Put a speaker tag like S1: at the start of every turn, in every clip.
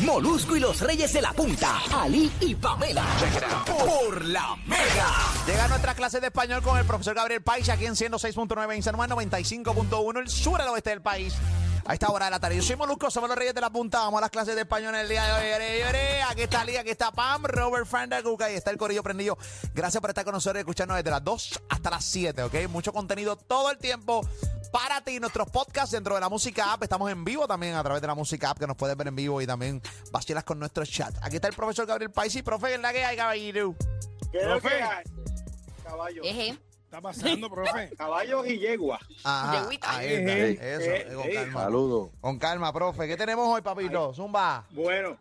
S1: Molusco y los Reyes de la Punta, Ali y Pamela. Por la Mega.
S2: Llega nuestra clase de español con el profesor Gabriel País aquí en 106.9 en San Juan, 95.1 el sur al oeste del país. A esta hora de la tarde. Yo soy Molusco, somos los Reyes de la Punta. Vamos a las clases de español en el día de hoy. Ore, ore. Aquí está Lía, aquí está Pam, Robert Fandaguca y está el Corillo Prendido. Gracias por estar con nosotros y escucharnos desde las 2 hasta las 7, ¿ok? Mucho contenido todo el tiempo para ti. Nuestros podcasts dentro de la música app. Estamos en vivo también a través de la música app que nos puedes ver en vivo y también vacilas con nuestro chat. Aquí está el profesor Gabriel País y profe, en la que hay, caballero.
S3: ¿Qué es lo
S4: Profe.
S3: que hay? Caballo.
S4: Eje.
S5: está pasando, profe?
S3: Caballos y yegua.
S2: Ajá,
S4: Yeguita.
S2: ahí está.
S5: Ey,
S2: Eso,
S3: ey,
S2: con
S3: ey.
S2: calma.
S6: Saludos.
S2: Con calma, profe. ¿Qué tenemos hoy, papito? Zumba.
S3: Bueno,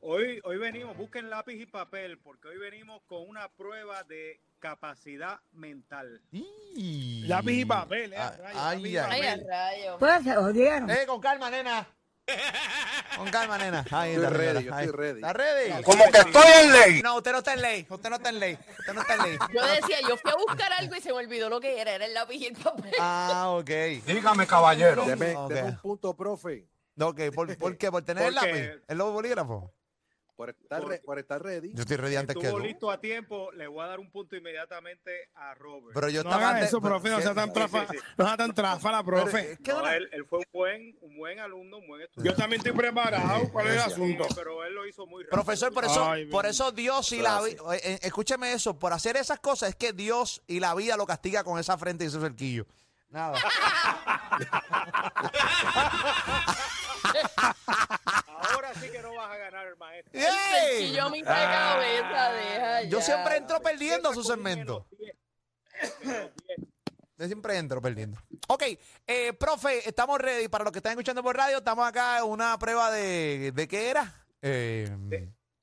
S3: hoy, hoy venimos, busquen lápiz y papel, porque hoy venimos con una prueba de capacidad mental.
S5: Lápiz y papel, eh,
S2: Ah,
S5: rayos,
S2: ay,
S5: lápiz
S2: ay.
S5: y
S4: Ay,
S5: papel.
S4: al rayo.
S7: Pues se jodieron.
S2: Eh, con calma, nena. Con calma, nena. Ahí
S6: Estoy
S2: está,
S6: ready,
S2: señora.
S6: yo
S2: Ahí.
S6: estoy ready.
S2: ¿Está ready?
S8: Como que estoy en ley.
S2: No, usted no está en ley. Usted no está en ley. Usted no está en ley.
S4: Yo decía, yo fui a buscar algo y se me olvidó lo que era, era el lápiz y el papel.
S2: Ah, ok.
S8: Dígame, caballero.
S6: Deme,
S2: Ok.
S6: deme un punto, profe,
S2: No, Ok, ¿por, por qué? ¿Por tener el
S3: Porque-
S2: lápiz? ¿El lobo bolígrafo?
S6: por estar, re- por estar ready.
S2: Yo estoy ready antes que
S3: Estuvo
S2: tú.
S3: listo a tiempo, le voy a dar un punto inmediatamente a Robert.
S2: Pero yo
S5: No
S2: estaba
S5: haga
S2: antes-
S5: eso,
S2: pero-
S5: profe, no
S2: ¿qué?
S5: sea tan trafa,
S3: sí, sí.
S5: no sea tan trafa la
S2: Pero,
S5: profe.
S2: es que
S3: No,
S2: ahora-
S3: él, él fue un buen, un buen alumno, un buen
S5: Yo
S3: estudiante.
S5: también estoy preparado, ¿cuál es el asunto?
S3: Sí, pero él lo hizo muy rápido.
S2: Profesor, por eso,
S5: Ay,
S2: por
S5: bendito.
S2: eso Dios y la vida, escúcheme eso, por hacer esas cosas es que Dios y la vida lo castiga con esa frente y ese cerquillo. Nada.
S3: Ahora sí que no vas a ganar, maestro.
S2: ¡Ey!
S4: Y yo me hice cabeza, deja
S2: Ah. Yo
S4: ya.
S2: siempre entro perdiendo a su
S3: Empieza con un
S2: segmento.
S3: menos 10.
S2: Yo siempre entro perdiendo. Ok, eh, profe, estamos ready. Para los que están escuchando por radio, estamos acá en una prueba de. ¿De qué era? Eh,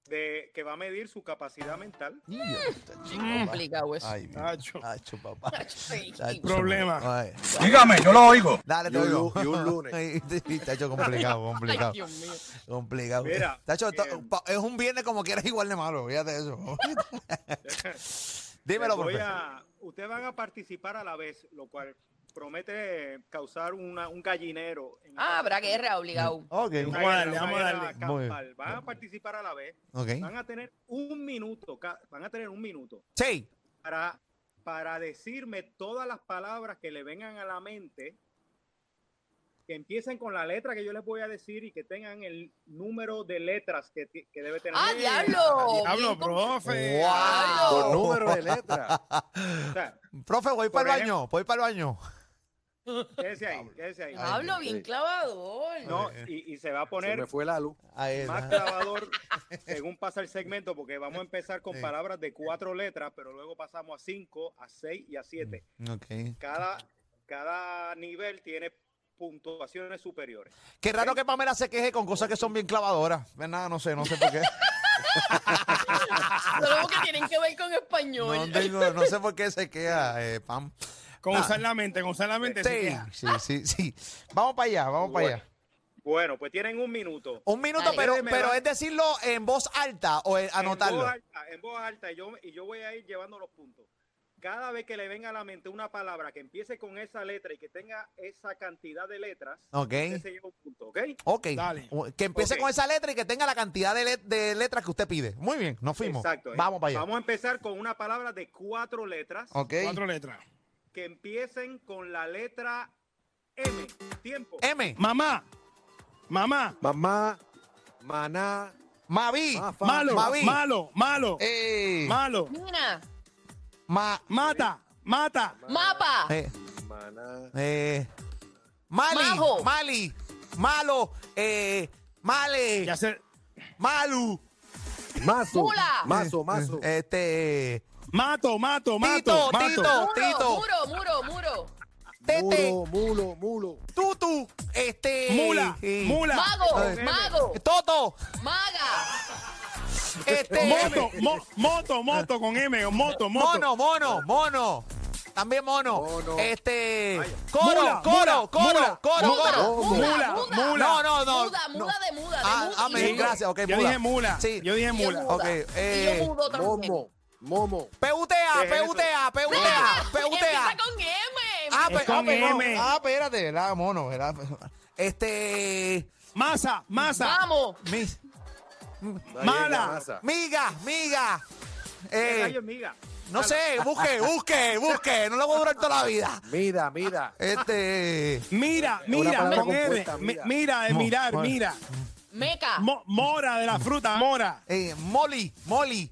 S3: De, que va a medir su capacidad mental.
S2: y yo, está chico,
S4: Complicado
S2: papá.
S4: eso.
S2: Ay, Dios.
S5: Tacho.
S2: Tacho, papá.
S4: Sí.
S2: Tacho,
S5: Problema.
S2: papá. Ay.
S8: Dígame, yo lo oigo.
S2: Dale, te
S6: Y un
S2: oigo.
S6: lu- y un lunes.
S2: Sí, Tacho, complicado,
S4: Ay,
S2: complicado.
S4: Dios mío.
S2: Complicado.
S3: Mira,
S2: Tacho, to-
S3: eh,
S2: pa- es un viernes como quieras igual de malo, fíjate eso. Dímelo,
S3: Les voy
S2: profe.
S3: a- ustedes van a participar a la vez, lo cual promete causar una- un gallinero. en esta
S4: Ah, habrá
S3: semana.
S4: guerra obligado.
S2: Ok,
S3: Una
S5: Vamos a
S3: guerra,
S5: darle,
S3: una
S5: vamos a
S3: guerra
S5: darle.
S3: campal.
S2: Muy bien.
S3: Van a participar a la vez.
S2: ok.
S3: Van a tener un minuto, ca- van a tener un minuto
S2: Sí.
S3: para, para decirme todas las palabras que le vengan a la mente, que empiecen con la letra que yo les voy a decir y que tengan el número de letras que, ti- que debe tener.
S4: ¡Ah, diablo!
S5: Hablo,
S4: Bien com-
S5: profe.
S4: Wow.
S6: Por número de letras.
S3: O sea,
S2: Profe, voy para el
S3: ejemplo-
S2: baño, voy para el baño.
S3: quédese ahí, quédese ahí.
S4: Hablo bien
S6: sí.
S4: clavador.
S3: No, y, y se va a
S6: Se
S3: poner
S6: me fue la luz.
S2: Ahí
S3: más
S2: está.
S3: clavador según pasa el segmento, porque vamos a empezar con palabras de cuatro letras, pero luego pasamos a cinco, a seis y a siete.
S2: Ok.
S3: Cada, cada nivel tiene puntuaciones superiores.
S2: Qué raro que Pamela se queje con cosas que son bien clavadoras. Ven nada, no sé, no sé por qué. Ah.
S4: Solo porque tienen que ver con
S2: No,
S4: español.
S2: tengo- no sé por qué se queja, eh, Pam.
S5: Con usar la mente, con usar la mente. se
S2: Sí,
S5: queja.
S2: sí, sí, sí. Vamos para allá, vamos para allá.
S3: Bueno, pues tienen un minuto.
S2: Un minuto,
S4: Dale.
S2: pero,
S3: Ustedes me
S2: pero
S3: van-
S2: es decirlo en voz alta o en-
S3: En voz
S2: anotarlo.
S3: alta, en voz alta, y yo, y yo voy a ir llevando los puntos. Cada vez que le venga a la mente una palabra que empiece con esa letra y que tenga esa cantidad de letras,
S2: Ok.
S3: usted se lleva un punto, ¿ok?
S2: Ok.
S5: Dale.
S2: O- Que empiece
S3: Ok.
S2: con esa letra y que tenga la cantidad de, let- de letras que usted pide. Muy bien, nos fuimos.
S3: Exacto. ¿eh?
S2: Vamos para allá.
S3: Vamos a empezar con una palabra de cuatro letras.
S2: Ok.
S5: Cuatro letras.
S3: que empiecen con la letra M. Tiempo.
S2: M.
S5: Mamá, mamá,
S6: Mamá, maná,
S2: Mavi.
S6: mafa.
S5: malo,
S2: Mavi.
S5: malo, malo,
S2: Eh,
S5: malo.
S4: Mira,
S2: ma-
S5: Mata, mata,
S4: mapa,
S2: eh,
S6: Maná,
S2: eh, Mali.
S4: Majo.
S2: Mali. Malo. Eh, male.
S5: ya se...
S2: Malu.
S6: mazo,
S4: Mula.
S6: mazo, mazo.
S2: Este.
S5: Mato, mato,
S2: Tito,
S5: mato, mato.
S2: Tito.
S4: muro, muro, muro, muro.
S2: Tete.
S6: Mulo, mulo, mulo.
S2: Tutu. Este.
S5: Mula,
S2: eh,
S5: mula,
S4: Mago,
S2: Ay.
S4: mago,
S2: Toto.
S4: maga,
S2: Este.
S5: moto, mo- moto, moto con M, moto, moto.
S2: Mono, mono, mono. También mono.
S6: Mono.
S2: Este.
S3: Ay.
S2: Coro,
S5: Mula,
S2: coro,
S5: mula,
S2: coro,
S5: mula,
S2: coro,
S4: muda,
S2: coro.
S4: muda,
S5: Mula,
S4: muda,
S5: mula.
S2: No, no, no,
S4: muda,
S2: no.
S4: muda de muda, de
S2: Ah,
S4: muda.
S2: ah,
S4: y
S2: me-
S4: de muda.
S2: gracias, ok,
S5: Yo
S2: mula.
S5: dije mula.
S2: Sí.
S5: Yo dije
S4: Y yo
S5: mula.
S4: muda.
S2: Ok, eh,
S4: y yo mudo también.
S6: Momo, momo.
S2: PUTA,
S3: ¿Qué es eso?
S2: PUTA, PUTA,
S4: Mira,
S2: PUTA.
S4: Empieza con M.
S2: Ah,
S5: Es
S2: pe- ah,
S5: con
S2: pe- no.
S5: M.
S2: Ah, espérate, ¿verdad? Mono, ¿verdad? Este.
S5: Masa, masa.
S4: Vamos.
S2: Mis.
S5: Mala.
S6: masa.
S2: Miga, miga.
S3: ¿Qué
S2: Eh,
S3: rayos, miga?
S2: no sé, busque, busque, busque. No lo voy a durar toda la vida.
S6: Mira, mira.
S2: Este.
S5: Mira,
S6: Una
S5: mira,
S6: palabra
S5: con R.
S6: compuesta,
S5: Mi-
S6: mira.
S5: Mira, eh,
S2: Mo-
S5: mirar,
S2: mo-
S5: mira.
S4: Meca.
S5: Mo- mora de la fruta, mora.
S2: Eh, Molly, Molly,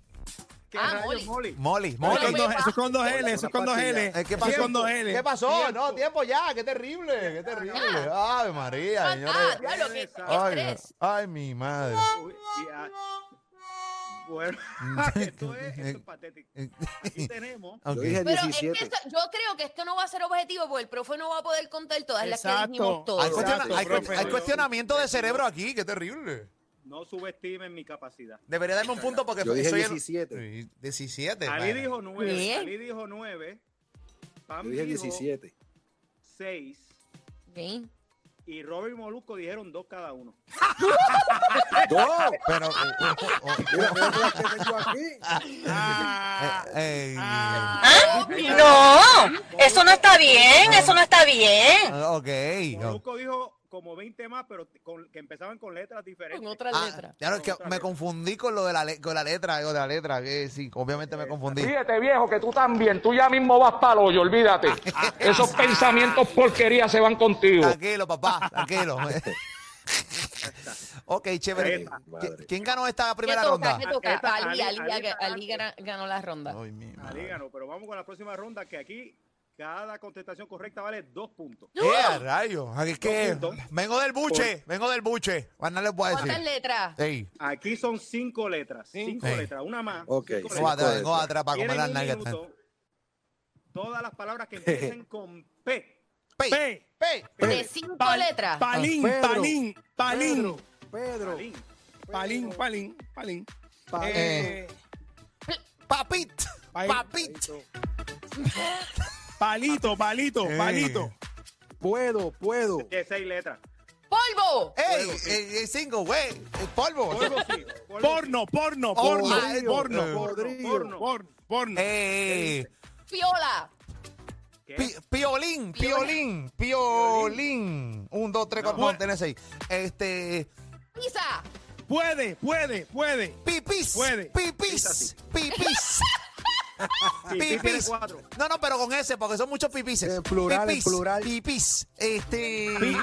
S3: ¿Qué
S4: Ah,
S3: rayos,
S4: Molly.
S3: Molly?
S2: Molly,
S5: Eso es
S2: Molly.
S5: con dos- eso es con dos L, eso es con dos L.
S2: Eh, ¿Qué
S5: Eso es
S2: pasó?
S5: con dos L.
S2: ¿Qué pasó? No, tiempo ya, qué terrible, qué terrible. Ay, María,
S4: Ah,
S2: señores.
S4: diablo, qué
S2: Ay,
S4: estrés.
S2: ay, mi madre.
S3: Uy, y, ah, Bueno, esto es, esto es patético. Aquí tenemos.
S6: Yo
S2: Eh, Ok.
S6: dije
S4: Pero es que
S6: 17.
S4: esto- yo creo que esto no va a ser objetivo porque el profe no va a poder contar todas las que
S5: Exacto.
S4: dijimos
S2: Hay,
S4: todos.
S2: cuestiona-
S6: Exacto,
S2: hay cu-
S5: profe.
S2: hay cuestionamiento de cerebro aquí, qué terrible.
S3: No subestimen mi capacidad.
S2: Debería darme un punto porque
S6: Yo dije
S2: Ah, soy el-
S6: 17.
S2: Sí, 17.
S3: Ali
S2: madre.
S3: dijo nueve.
S4: Bien.
S3: Ali dijo nueve. Pam
S6: Yo dije
S3: dijo
S6: 17.
S3: seis.
S4: Bien.
S3: Y Robert y Molusco dijeron dos cada uno.
S6: ¡No!
S2: Pero, o- o- o-
S6: Mira, mira todas las que tengo aquí.
S5: Ah,
S2: eh,
S4: Ah.
S7: No, eso no está bien, eso no está bien.
S2: eh, ok.
S3: Molusco dijo como 20 más, pero con- que empezaban con letras
S4: Con
S3: diferentes.
S4: otra
S2: Ah,
S4: letra.
S2: claro, es que me confundí con lo de la, le- con la letra, digo, de la letra, que sí, obviamente me confundí.
S9: Fíjate, viejo, que tú también, tú ya mismo vas para hoyo, olvídate. Esos pensamientos porquerías se van contigo.
S2: Tranquilo, papá, tranquilo. ok,
S3: Ahí
S2: chévere.
S3: está.
S2: ¿Qui-
S6: Madre.
S2: ¿Quién ganó esta
S4: ¿Qué
S2: primera
S4: toca?
S2: ronda?
S4: ¿Qué toca?
S3: Esta, Ali,
S4: Ali, Ali,
S3: Ali
S4: Ali,
S3: está
S4: Ali gana- ganó la ronda.
S2: Ay, mi madre.
S3: Ali ganó, pero vamos con la próxima ronda que aquí cada contestación correcta vale dos puntos.
S2: ¡Eh, a rayos! Ay, es que
S3: Dos puntos.
S2: vengo del buche, vengo del buche. Más nada les voy a
S4: ¿Cuántas
S2: decir.
S4: letras?
S2: Ey,
S3: Aquí son cinco letras. Cinco
S2: Sí.
S3: letras, una más.
S6: Ok,
S3: cinco
S6: sí.
S2: vengo
S3: letras.
S2: atrás, vengo atrás para comer
S3: Tienen
S2: las
S3: un
S2: nalgas.
S3: minuto. Todas las palabras que empiecen con P.
S2: Pe,
S5: P.
S2: pe.
S4: De cinco
S5: Pal-
S4: letras.
S5: Palín,
S6: Pedro.
S5: palín, palín,
S6: Pedro.
S3: Alín.
S5: palín, palín, palín.
S6: Palín.
S5: Eh,
S2: Papit,
S5: Ahí.
S2: papit.
S5: palito, palito,
S2: Eh.
S5: palito.
S6: Puedo, puedo.
S3: De seis letras.
S4: ¡Polvo!
S2: ¡Ey! eh, eh, cinco, güey. eh, Polvo.
S3: Polvo sí. polvo
S5: Porno, porno,
S2: Oh,
S5: porno,
S2: ah, eh,
S5: porno,
S2: eh.
S6: Rodrigo.
S5: porno, porno, porno.
S2: Eh,
S4: ¡Fiola!
S3: sí. ¿Qué?
S2: pi- piolín, piolín,
S4: Piolín.
S2: piolín. Un, dos, tres, cuatro,
S5: No.
S2: no, tenés seis. Este,
S4: ¡Pisa!
S5: Puede, puede, puede.
S2: pipis,
S5: Puede.
S2: pipis, pipis.
S3: Sí, sí, tiene
S2: Pipis.
S3: cuatro.
S2: No, no, pero con ese, porque son muchos pipices.
S6: En Eh, plural, en
S2: pipis,
S6: plural.
S2: Pipis. Este.
S5: Pi-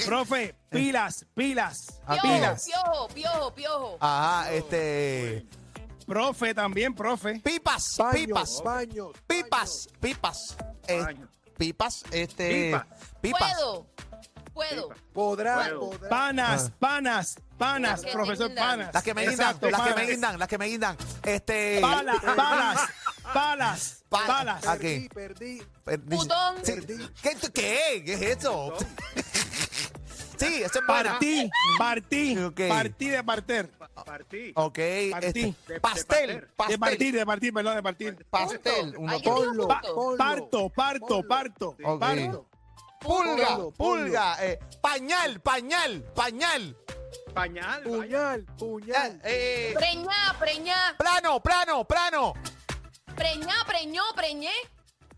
S2: Eh.
S5: Profe, pilas, pilas,
S2: Ah,
S4: ¡Piojo,
S5: pilas.
S4: piojo, piojo, piojo!
S2: Ajá, este.
S5: Profe también, profe.
S2: Pipas,
S6: Baños,
S2: pipas,
S6: baños.
S2: pipas, pipas. eh,
S3: Baño.
S2: pipas, este.
S3: Pipa.
S2: Pipas.
S4: ¡Puedo! ¡Puedo!
S3: Pipa.
S6: Podrá,
S3: Puedo.
S6: podrá.
S5: Panas, panas, panas,
S4: Las que
S5: profesor
S4: guindan.
S5: panas.
S2: Ah. Las que me guindan,
S5: Exacto,
S2: las que me
S5: panas.
S2: guindan, las que me guindan. Este.
S5: Palas, palas, palas,
S2: Pa-
S5: palas.
S2: Ah,
S6: Perdí, perdí.
S2: eh, dice-
S4: Putón.
S2: sí, ¿Qué, ¿Qué? ¿Qué es eso? sí, eso es para.
S5: Partí, partí,
S2: Ok.
S5: partí de parter.
S3: Partí.
S2: Ok.
S5: Partí.
S2: este,
S5: De-
S3: de
S2: pastel,
S5: De
S2: pastel.
S5: partir, de partir, perdón, de partir.
S2: Pastel. Uno,
S4: Alguien
S2: dos.
S4: dijo
S6: Ponlo,
S5: Pa-
S4: punto.
S6: ponlo.
S5: parto, parto,
S6: Ponlo.
S5: parto,
S2: Ok.
S5: parto.
S2: Pulga,
S6: Ponlo,
S2: pulga, eh, pañal, pañal, pañal,
S3: Pañal. vaya.
S6: Puñal, puñal.
S2: eh, eh,
S4: Preñá, preñá,
S2: plano, plano, plano,
S4: preñá, preñó, preñé.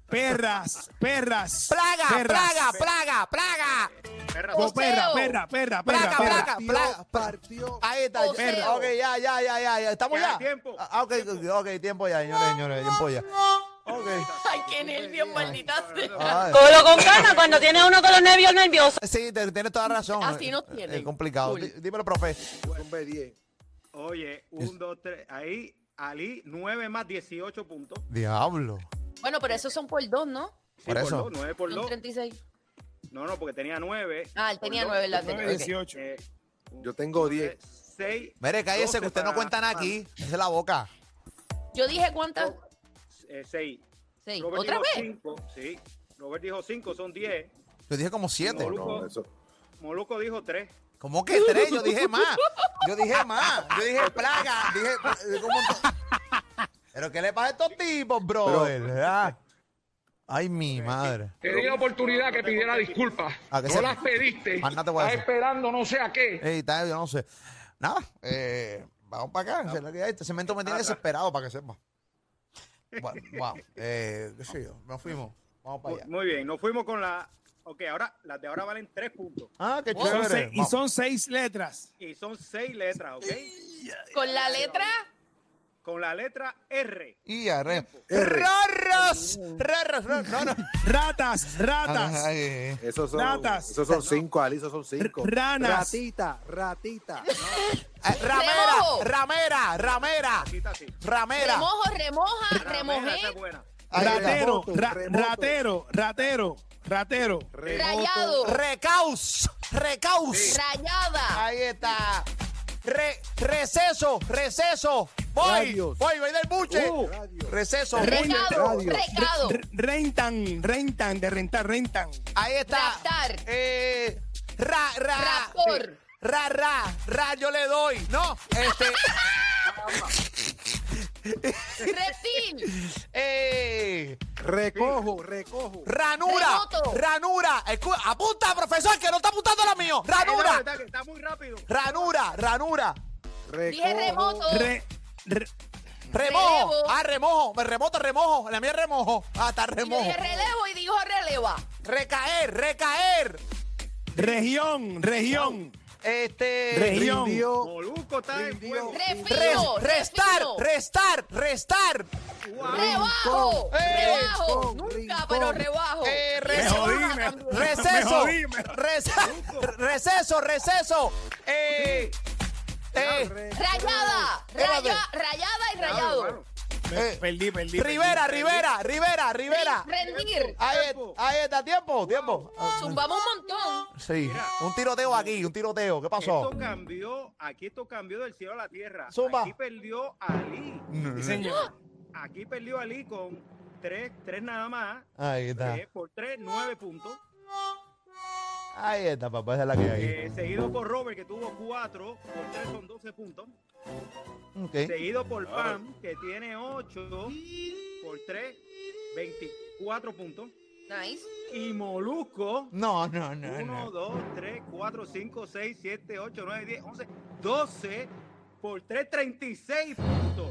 S5: Perras, perras.
S2: plaga,
S5: perras.
S2: plaga, plaga, plaga,
S3: Perra.
S5: Go, perra,
S4: Poseo.
S5: perra, perra, perra,
S2: Placa,
S5: perra.
S2: placa.
S6: Partió,
S2: plaga.
S6: partió.
S2: Ahí está, ya.
S4: Poseo.
S2: ok, ya, ya, ya, ya, ya, estamos
S3: Ya,
S2: ya.
S3: tiempo,
S2: Ah, ok,
S3: tiempo.
S2: ok, tiempo ya, señores, señores, tiempo ya. Ok.
S4: Ay, qué nervios, maldita sea.
S2: Ay,
S7: Cógelo con calma cuando tiene uno con los nervios nerviosos.
S2: sí, te- tienes toda razón.
S4: Así nos
S2: Eh,
S4: tienen.
S2: Es complicado.
S4: Cool.
S2: Di- Dímelo, profe.
S6: Hombre, 10.
S3: Oye, un, dos, tres. Ahí, Ali, nueve más 18 puntos.
S2: Diablo.
S4: Bueno, pero esos son por dos, ¿no?
S3: Sí,
S2: Por eso.
S3: dos, nueve por
S4: Son
S3: dos.
S4: 36.
S3: No, no, porque tenía nueve.
S4: Ah, él
S3: Por
S4: tenía
S3: dos.
S4: nueve en la
S5: Nueve,
S4: anterior. ok.
S5: 18.
S3: Eh,
S6: Yo tengo 10.
S3: Seis.
S2: Mire, cállese,
S3: doce
S2: que usted no
S3: para-
S2: cuenta nada aquí. Esa es la boca.
S4: Yo dije cuántas.
S3: Eh, seis.
S4: Seis.
S3: Robert
S4: ¿Otra
S3: dijo
S4: vez?
S3: cinco, Sí. Robert dijo cinco, son diez.
S2: Yo dije como siete.
S3: No,
S6: No, eso.
S3: Moluco dijo tres.
S2: ¿Cómo que tres? Yo dije más. Yo dije más. Yo dije plaga. Dije. eh, ¿cómo to- Pero ¿qué le pasa a estos tipos, brother? ¿verdad? Ay, mi madre.
S9: Te di la oportunidad que pidiera disculpas.
S2: Ah, que
S9: No
S2: se-
S9: las pediste.
S2: Más nada te voy a
S9: Estás
S2: decir.
S9: esperando no sé a qué.
S2: Ey, está, yo no sé. Nada, eh, vamos para acá. sé lo que hay. Este cemento me tiene desesperado para que sepa. Bueno, wow. Eh, qué sé yo, nos fuimos. Vamos para
S3: Muy,
S2: allá.
S3: muy bien, nos fuimos con la. Ok, ahora las de ahora valen tres puntos.
S2: Ah, qué
S5: Son
S2: chévere.
S5: seis- y
S2: Vamos.
S5: son seis letras.
S3: Y son seis letras, ¿ok?
S4: Con la letra
S3: Con la letra R.
S10: Y arre.
S6: R.
S2: ¡Rorros! ¡Rorros! ro- No, no.
S5: Ratas, ratas.
S10: Ajá, eh, eh.
S6: Esos son,
S5: Ratas.
S6: esos son cinco, Ali, esos son cinco.
S5: Ranas.
S6: Ratita, ratita.
S2: Eh,
S4: Remojo.
S2: Ramera, ramera, ramera,
S3: Cita así.
S2: ramera.
S4: remojo, remoja,
S3: Ramera,
S4: remojé,
S3: esa es buena.
S10: Ahí está.
S5: Ratero,
S6: Remoto,
S5: ra-
S6: remoto.
S5: ratero, ratero, ratero.
S4: rayado,
S2: Recaus, recaus.
S4: rayada,
S2: Ahí está. Re- receso, receso. Voy,
S6: Radios.
S2: voy, voy del buche.
S6: Uh, radios.
S2: Receso.
S4: recado,
S6: radio.
S4: recado,
S5: Re- rentan, rentan, de rentar, rentan.
S2: Ahí está.
S4: Raptar.
S2: Eh, ra, ra.
S4: Rapor.
S2: Ra, ra, ra, yo le doy. No, este.
S4: reptil,
S2: eh,
S6: Recojo, recojo.
S2: ranura.
S4: Remoto.
S2: Ranura. Escu- apunta, profesor, que no está apuntando la mío.
S3: Está,
S2: Ranura.
S3: está- está muy rápido.
S2: Ranura, ranura.
S4: dije
S6: Recojo.
S4: remoto,
S5: Re- re-
S2: Remojo.
S4: Relevo.
S2: Ah, remojo. Me remoto, remojo. La mía es remojo. Ah, está
S4: y yo
S2: remojo.
S4: dije relevo y dijo releva,
S2: Recaer, recaer.
S5: región, región.
S2: Este.
S5: Región.
S6: Rindió.
S3: Molusco está en
S6: Rindió.
S3: juego.
S4: refino,
S2: Res- restar,
S4: refino,
S2: restar, restar.
S4: rebajo,
S2: Rincón.
S4: rebajo,
S6: Rincón.
S4: nunca
S6: Rincón.
S4: pero rebajo,
S2: Eh,
S5: Me
S2: receso.
S5: jodí, me, me
S2: Receso.
S5: jodí, me-
S2: Reza- receso, receso. Eh, eh,
S4: rayada,
S2: Espérate.
S4: raya- rayada y rayado,
S5: me- perdí, perdí.
S2: Rivera, Rivera, Rivera, Rivera.
S4: rendir,
S2: Ahí, ahí está, tiempo, tiempo. Ah,
S4: zumbamos un montón,
S2: Sí, un tiroteo aquí, un tiroteo. ¿Qué pasó?
S3: Esto cambió, aquí esto cambió del cielo a la tierra.
S2: Zumba.
S3: Aquí perdió Ali.
S2: Mm,
S5: perdí. Sí, señor.
S3: Aquí perdió Ali con tres, tres nada más.
S2: Ahí está.
S3: Eh, por tres, nueve puntos.
S2: Ahí está, papá, esa es la que hay.
S3: Eh, seguido por Robert, que tuvo cuatro. Por tres son doce puntos.
S2: Ok.
S3: Seguido por Pam, que tiene ocho. Por tres, veinticuatro puntos.
S4: nice,
S3: Y Molusco,
S2: No, no, no,
S3: 1,
S2: no.
S3: 2, 3, 4, 5, 6, 7, 8, 9, 10, 11, 12 por 3, 36 puntos.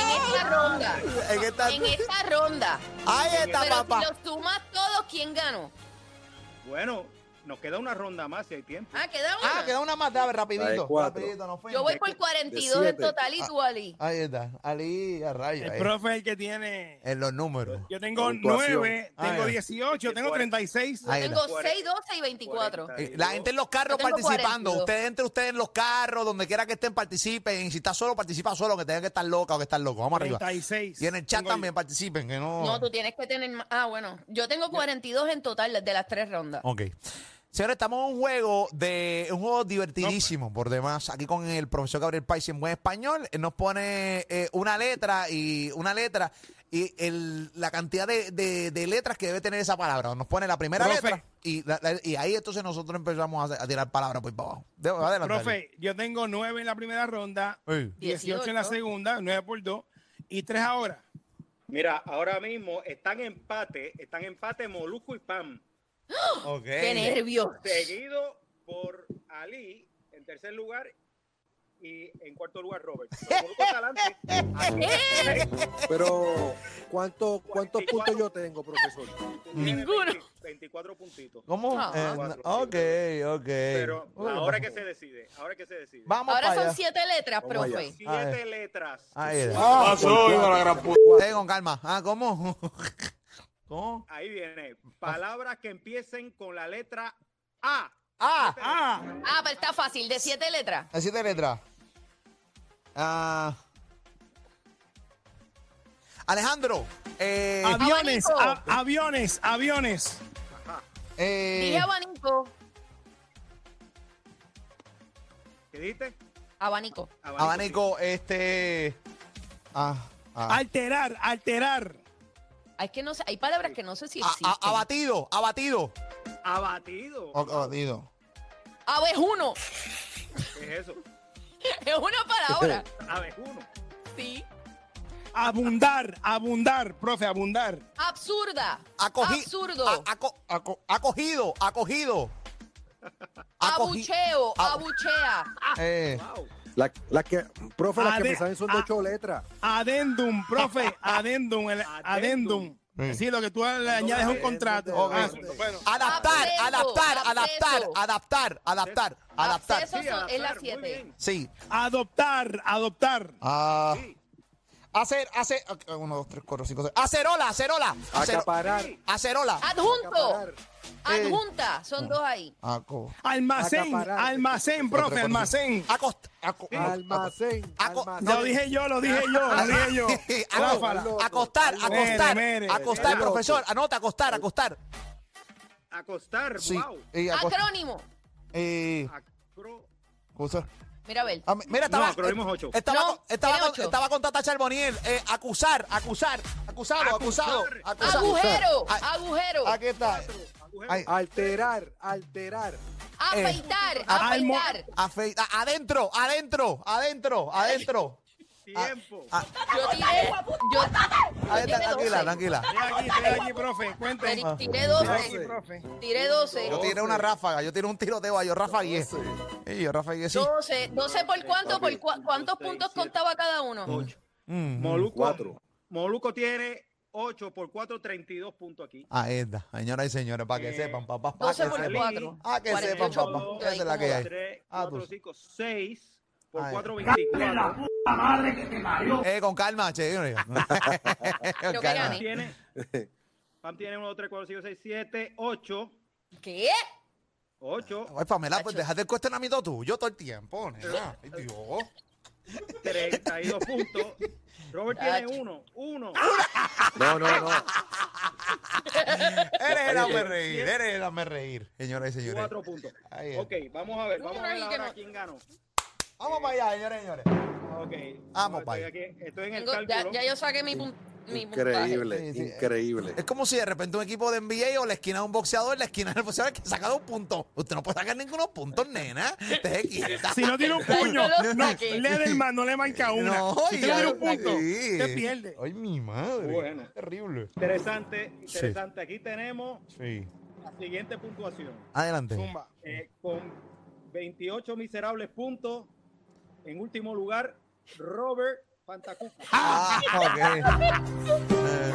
S4: en esta ronda,
S2: Ah. En esta-
S4: en esta ronda,
S2: Ahí está,
S4: pero si
S2: papá.
S4: los sumas todos, ¿quién ganó?
S3: Bueno, nos queda una ronda más si hay tiempo.
S4: Ah, queda una.
S2: Ah, queda una más, dame,
S6: La
S2: rapidito.
S6: de cuatro.
S2: Rapidito, no fue.
S4: Yo voy por
S6: de
S4: 42 en
S6: siete.
S4: total
S2: Ah.
S4: y tú, Ali.
S2: Ahí está, Ali a raya.
S5: El
S2: eh.
S5: profe es el que tiene.
S2: En los números.
S5: Yo tengo
S6: Puntuación.
S5: 9,
S2: Ah,
S5: tengo
S2: ya.
S5: 18, tengo 36.
S2: Ahí está.
S4: Tengo 6, 12 y 24.
S2: Eh, La gente en los carros
S4: Yo tengo
S2: participando.
S4: 42.
S2: Ustedes entre ustedes en los carros, donde quiera que estén, participen. Y si está solo, participa solo, que tengan que estar loca o que estar loco. Vamos arriba.
S5: 36.
S2: Y en el chat
S5: Tengo
S2: también participen, que no.
S4: No, tú tienes que tener más. Ah, bueno. Yo tengo 42 en total de las tres rondas.
S2: Ok. Señores, estamos en un juego de un juego divertidísimo por demás. Aquí con el profesor Gabriel Pais en buen español. Él nos pone eh, una letra y una letra y el- la cantidad de, de- de letras que debe tener esa palabra. Nos pone la primera
S5: Profe.
S2: letra y, la- la- y ahí entonces nosotros empezamos a, a tirar palabras por ahí para abajo. De- adelante, Dani.
S5: Profe, yo tengo 9 en la primera ronda,
S2: Sí.
S5: 18 en la
S4: 18.
S5: segunda, 9 por 2 y 3 ahora.
S3: Mira, ahora mismo están empate, están empate Molusco y Pam.
S2: Ok.
S4: Qué nervios.
S3: Seguido por Ali en tercer lugar y en cuarto lugar Robert. Pero Molusco está adelante.
S4: ¿Eh?
S6: Pero, ¿cuánto, ¿cuántos puntos yo tengo, profesor?
S4: Ninguno.
S3: 24 puntitos.
S2: ¿Cómo?
S4: Ah.
S2: Eh, no- ok, ok.
S3: Pero
S2: Uy,
S3: ahora que se decide, ahora que se decide.
S2: Vamos
S4: Ahora
S2: para
S4: son
S2: allá.
S4: siete letras,
S6: Vamos
S4: profe.
S3: Siete letras.
S2: Ahí está.
S6: Ah,
S2: Eh, con calma. Ah, ¿cómo? ¿Cómo?
S3: Ahí viene. Palabras que empiecen con la letra A.
S2: Ah,
S5: Ah,
S4: Ah, pero está fácil. De siete letras.
S2: Las siete letras. Ah. Alejandro. Eh,
S5: aviones,
S4: abanico.
S5: a- aviones, aviones.
S2: eh,
S4: Dije abanico.
S3: ¿Qué dijiste?
S4: Abanico.
S2: abanico, este. Ah, ah.
S5: Alterar, alterar.
S4: Ah, es que no sé. Hay palabras que no sé si
S2: A-
S4: existen.
S2: a- abatido, abatido.
S3: Abatido.
S2: Ok, abatido.
S4: Abejuno.
S3: ¿Qué es eso?
S4: Ah, pues, Es una palabra.
S3: Abejuno.
S4: Sí.
S5: Abundar, abundar, profe, abundar.
S4: Absurda.
S2: Acogi-
S4: Absurdo.
S2: a- aco- aco- acogido, acogido. Acogi-
S4: Abucheo.
S2: a-
S4: Abuchea.
S2: eh,
S3: Wow.
S6: La, la que, profe, las que
S5: Ade-
S6: me saben son de
S5: ah.
S6: ocho letras.
S5: Adendum, profe, adendum, el adendum. Sí, lo que tú le añades es un contrato.
S6: Ok.
S5: Ah, bueno.
S2: Adaptar,
S4: Absceso,
S2: adaptar, adaptar,
S4: absceso.
S2: adaptar, adaptar, adaptar.
S4: Absceso son- es la
S3: muy
S4: 7.
S3: bien.
S2: Sí.
S5: Adoptar, adoptar.
S2: Ah.
S3: Sí.
S2: Hacer, hacer. ok, Uno, dos, tres, cuatro, cinco, seis. Acerola, acerola. acero-
S6: Acaparar.
S2: Acerola.
S4: Adjunto.
S6: Acaparar.
S4: Adjunta.
S2: Eh.
S4: Son dos ahí.
S2: Aco-
S5: Almacén,
S6: Acaparar.
S5: almacén, profe,
S2: Otra cosa.
S5: almacén.
S2: acost- aco-
S6: Almacén.
S2: Aco-
S6: almacén.
S5: Lo dije yo, lo dije yo, lo dije Ah, yo. Ráfala.
S2: Aco- Acostar,
S5: Mere,
S2: acostar,
S5: mere.
S2: acostar,
S6: Mere.
S2: profesor, anota, acostar, acostar.
S3: Acostar,
S2: Sí.
S3: wow.
S2: eh,
S4: Ah,
S2: acost-
S4: Acrónimo.
S2: eh,
S3: Acro-
S2: cosa-
S4: Mira a ver.
S2: Ah, mira,
S3: No,
S2: estaba, eh,
S3: acrónimo es ocho.
S2: estaba,
S4: No,
S2: con- estaba,
S4: tiene
S2: con-
S4: ocho.
S2: estaba con Tata Charboniel. eh, acusar, acusar, acusado, acusado,
S3: Acusar.
S2: acusado.
S4: Agujero.
S2: Ah,
S4: Agujero.
S2: Aquí está.
S3: agujero.
S2: Ay,
S6: Alterar, alterar.
S4: Afeitar.
S5: almo-
S4: Afeitar.
S2: afeita- adentro, adentro, adentro, adentro.
S3: Tiempo.
S2: ah,
S4: Yo tiré. Yo, yo
S2: Ahí está,
S4: tiré
S2: tranquila,
S4: 12.
S2: tranquila.
S5: Estoy aquí, estoy aquí, profe, cuente.
S4: Tiri- Tiré
S5: Estoy aquí,
S4: 12.
S5: profe.
S4: Tiré 12.
S2: Yo tiré una ráfaga, yo tiré un tiroteo ahí, yo Rafa 10. Yo Rafa 10.
S4: 12. 12 por cuánto, por cua- cuántos puntos contaba cada uno.
S3: Ocho. Moluco,
S6: Cuatro.
S3: Moluco tiene 8 por 4, 32 puntos aquí.
S2: Ahí está, señoras y señores, para que
S3: Eh,
S2: sepan, papá. Para
S4: 12
S2: que
S4: por
S3: Ali,
S2: sepan.
S4: 4.
S2: Ah, que sepan, papá. Esa es la que hay.
S3: 3,
S2: Ah,
S3: 4,
S2: tú.
S3: 5, 6 por
S2: Ay.
S3: 4, 24.
S2: Eh, con calma, che. yo digo. Con calma.
S4: que gané.
S3: Tiene, Pam tiene 1, 2, 3, 4, 5, 6, 7, 8.
S4: ¿Qué?
S3: 8,
S2: Ay, Pamela, pues
S4: Tacho.
S2: déjate el cuestionamiento tuyo todo el tiempo, nena. Ay, Dios.
S3: 32 puntos. Robert
S4: Ach.
S3: tiene 1, 1.
S2: Ah,
S6: No, no, no.
S2: Eres el hazme reír, eres el hazme reír, señoras y señores.
S3: 4 puntos.
S2: Ahí es.
S3: Ok, vamos a ver, vamos a ver
S4: Ay, que
S3: ahora
S4: no.
S3: quién ganó.
S2: Vamos para allá, señores y señores.
S3: Ok,
S2: Vamos,
S3: estoy,
S2: pai.
S3: aquí, estoy en el
S4: Tengo- ya,
S3: cálculo.
S4: ya yo saqué mi, pun- mi puntaje.
S6: Increíble,
S2: Sí, sí.
S6: increíble.
S2: Es como si de repente un equipo de NBA o la esquina de un boxeador, la esquina del boxeador que saca dos puntos. Usted no puede sacar ninguno puntos, nena. Te quieta.
S5: Si no tiene un puño,
S4: Yo lo
S5: no,
S4: saqué.
S5: Lederman no le marca una. si
S2: y
S5: usted no tiene
S2: ya-
S5: un punto,
S2: Sí.
S5: usted pierde.
S2: Ay, mi madre.
S3: Bueno.
S2: Terrible.
S3: Interesante, interesante. Aquí tenemos
S2: Sí.
S3: la siguiente puntuación.
S2: Adelante.
S5: Zumba.
S3: Eh, con 28 miserables puntos. En último lugar, Robert Pantacuco.
S2: Ah, ok. Eh.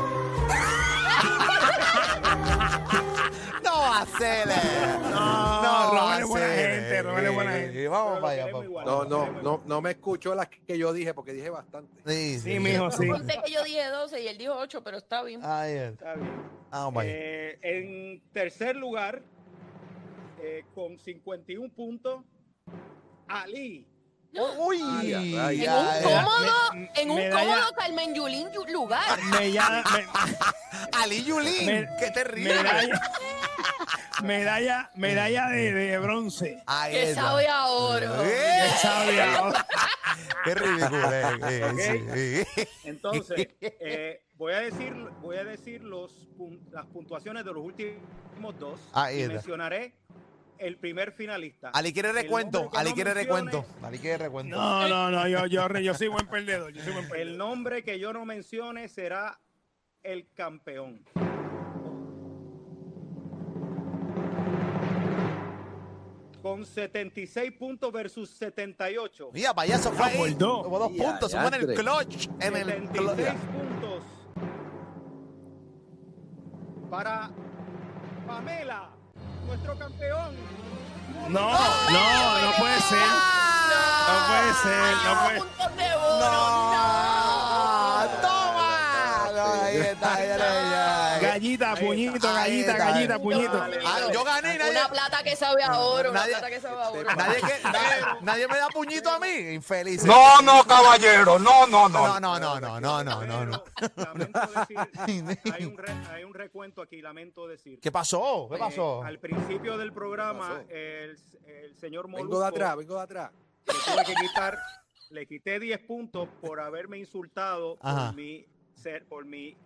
S2: no acele. eh. No,
S5: Robert es buena
S2: acele.
S5: gente, Robert es buena gente.
S2: eh. Vamos para
S3: Pero lo
S2: allá, papá.
S3: queremos igual.
S6: No, no, no, no me escuchó las que yo dije porque dije bastante.
S2: Sí,
S5: Sí, mijo, sí.
S4: Ponte que yo dije 12 y él dijo 8, pero está bien.
S2: Ahí es.
S3: Está bien.
S2: Vamos para allá.
S3: Eh, en tercer lugar, eh, con 51 puntos, Ali.
S5: Eh,
S2: Uy,
S6: ya,
S4: en un
S6: ya,
S2: ay,
S5: ya.
S4: cómodo,
S5: Me-
S4: en un
S5: medalla-
S4: cómodo Carmen Yulín yu- lugar.
S5: Me llama- me-
S2: Ali Yulín,
S5: Me-
S2: qué terrible.
S5: medalla, medalla, medalla de, de bronce.
S2: Ahí
S4: Que
S2: está.
S4: sabe a oro.
S2: Eh,
S5: Sabe ahora.
S2: Qué ridículo. eh, eh, sí, sí.
S3: Entonces, eh, voy a decir, voy a decir los, pun- las puntuaciones de los últimos dos.
S2: Ahí
S3: y
S2: está.
S3: mencionaré el primer finalista.
S2: Ah, Ali quiere
S3: El
S2: recuento.
S3: nombre que
S2: Ali
S3: no
S2: quiere
S3: mencione-
S2: recuento. Ali quiere recuento.
S5: No, no, no, yo, yo, yo soy buen perdedor. Yo soy buen
S3: El
S5: perdedor.
S3: nombre que yo no mencione será el campeón. Con 76 puntos versus 78.
S2: Mira, payaso fue ahí.
S5: por dos.
S2: Hubo dos
S6: Ya,
S2: puntos. Se fue en el
S6: diantre.
S2: clutch. En el
S3: 76
S2: clutch.
S3: puntos para Pamela, nuestro campeón.
S5: No, no, no puede ser.
S2: ¡Ah!
S5: No puede ser, no puede
S4: Puntos Ah, de oro.
S2: ¡No!
S4: no.
S2: ¡Toma! No, ahí está, ahí está, ahí está.
S5: Gallita, puñito,
S2: Ahí está.
S5: gallita, gallita,
S2: Ahí
S5: puñito.
S3: está.
S2: Ah, yo gané y nadie,
S4: Una plata que sabe a oro,
S2: Nadie- Este,
S4: una plata que sabe a oro.
S2: nadie, que- nadie, nadie me da puñito a mí. Infeliz.
S8: No, no, caballero. No, no, no.
S2: no, no, no, no, no, no, no, no.
S3: Pero Lamento decir, hay un, re- hay un recuento aquí, lamento decir.
S2: ¿Qué pasó? ¿Qué
S3: Eh,
S2: pasó?
S3: al principio del programa,
S6: ¿Qué pasó?
S3: el, el señor Molusco
S6: Vengo de atrás, vengo de atrás.
S3: le tuve que quitar, le quité 10 puntos por haberme insultado
S2: Ajá.
S3: por mi, ser, por mi eh,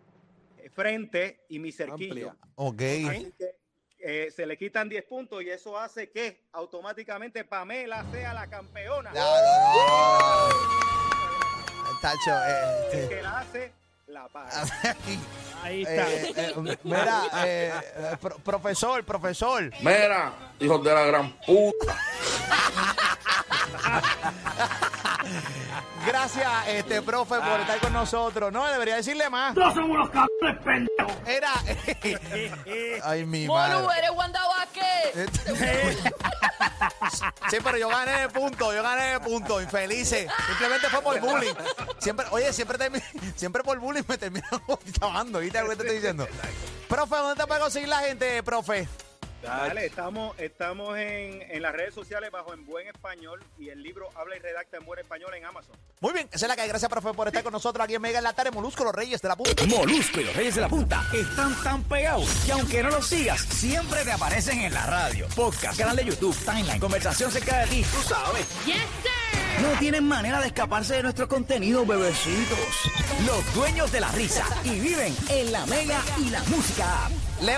S3: frente y mi cerquillo.
S6: Amplia.
S2: Ok.
S3: Así que, eh, se le quitan 10 puntos y eso hace que automáticamente Pamela sea la campeona.
S2: No, no, no. Tacho, eh,
S3: El
S2: este,
S3: que la hace, la
S2: Ah.
S3: paga.
S5: Ahí está.
S2: eh, eh, mira, eh, eh, pro- profesor, profesor.
S9: Mira, hijos de la gran puta.
S5: Ah.
S2: Gracias, este profe, por estar con nosotros. No, debería decirle más.
S9: No somos los cabrones pendejos.
S2: Era. Ay, mi madre. Eh.
S4: Molu, eres Wanda Vázquez.
S2: Sí, pero yo gané de punto, yo gané de punto, infelices. Simplemente fue por bullying. Siempre, oye, siempre, termi- siempre por bullying me terminan acabando, ¿viste lo que te estoy diciendo? Profe, ¿dónde te puede conseguir la gente, profe?
S3: Dale, estamos, estamos en, en las redes sociales bajo En Buen Español y el libro Habla y Redacta en Buen Español en Amazon.
S2: Muy bien, esa es la que hay. Gracias, profe, por estar con nosotros aquí en Mega en la tarde. Molusco, los reyes de la punta.
S1: Molusco y los Reyes de la Punta están tan pegados que aunque no los sigas, siempre te aparecen en la radio, podcast, canal de YouTube, timeline, conversación cerca de ti, tú sabes.
S4: este
S1: No tienen manera de escaparse de nuestro contenido, bebecitos. Los dueños de la risa y viven en la Mega y la música. app.
S2: Leo